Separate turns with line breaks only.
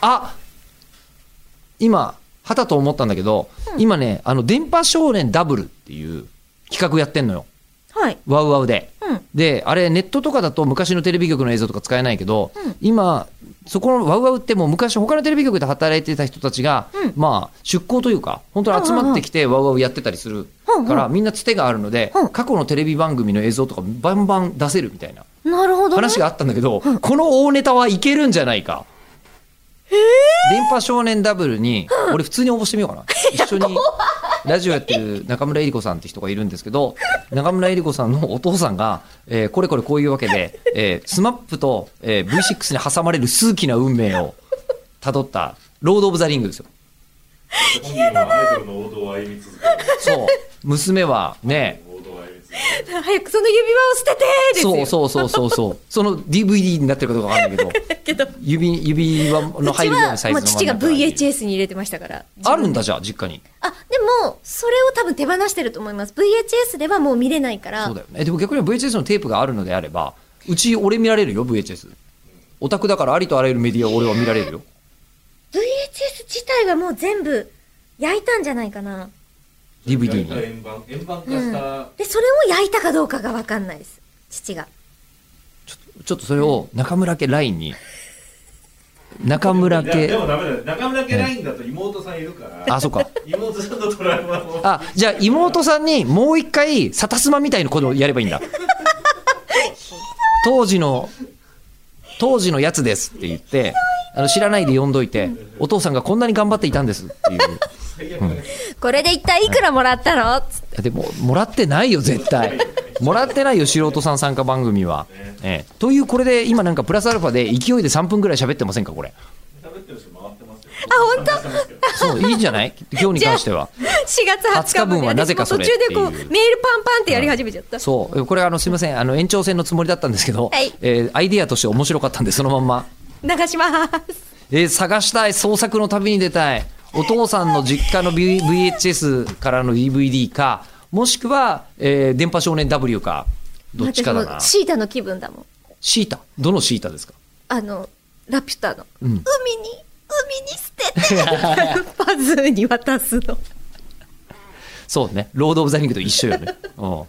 あ今、はたと思ったんだけど、今ね、あの、電波少年ダブルっていう企画やってんのよ。
はい。
ワウワウで。
うん
で、あれ、ネットとかだと昔のテレビ局の映像とか使えないけど、今、そこのワウワウってもう昔他のテレビ局で働いてた人たちが、
うん
まあ、出向というか、本当に集まってきてワウワウやってたりする
うんうん
から、みんなつてがあるので
うん、
過去のテレビ番組の映像とかバンバン出せるみたいな
なるほど、ね。
話があったんだけど、この大ネタはいけるんじゃないか。電波少年ダブルに、俺普通に応募してみよ うかな。一緒にラジオやってる中村えり子さんって人がいるんですけど、中村えり子さんのお父さんが、えーこれこれこういうわけで、えー、スマップと、えー V6 に挟まれる数奇な運命を辿った、ロード・オブ・ザ・リングですよ。
本人はアイドルの王道を歩み続ける
そう。娘はね、
王道を歩み続ける
早くその指輪を捨ててですよ
そうそうそうそうそう。その DVD になってるかどうかわかんないけど、
けど。
指、指輪
う
の
ち
入るようなサ
は、
イ
ま
ズ
あ、
の
父が
真ん中に
VHS に入れてましたから。
あるんだじゃあ実家に
あ、でも、それを多分手放してると思います。VHS ではもう見れないから。
そうだよねでも逆に VHS のテープがあるのであればうち俺見られるよ VHS オタクだからありとあらゆるメディアを俺は見られるよ
VHS 自体はもう全部焼いたんじゃないかな。
DVD
大体
に
円盤円盤化
う
し
ん
た、。
で、それを焼いたかどうかがわかんないです。父が。
ちょっとそれを中村家 LINE に中村
いやで
家
もダメだよ中村家ラインだと妹さんいるから、
あそうか
妹さんのトラウマも
あじゃあ妹さんにもう一回サタスマみたいなことをやればいいんだ当時の当時のやつですって言ってあの知らないで呼んどいてお父さんがこんなに頑張っていたんですっていう
最悪だよ
これで一体いくらもらったのつって
いやでももらってないよ絶対もらってないよ素人さん参加番組は、ええというこれで今なんかプラスアルファで勢いで3分ぐらい喋ってませんかこれ
喋ってるし回ってますよ
あ本当
回ってますけど
そういいんじゃない今日に関しては
4月20
20
日
日分はなぜかそれ
私も途中
って
で
い
こ
う
う、メールパンパンってやり始めちゃった。
そうこれあのすいませんあの延長戦のつもりだったんですけど、
はい
えーアイディアとして面白かったんでそのまんま、
流します。
えー探したい創作の旅に出たいお父さんの実家の V- VHS からの DVD かもしくは、えー電波少年 W かどっちかだ
私
な
もシータの気分だもん。
シータどのシータですか
あの、ラピュタの、
ん
海に、海に捨てて、パズーに渡すの。
そうね。ロード・オブ・ザ・リングと一緒よね。うん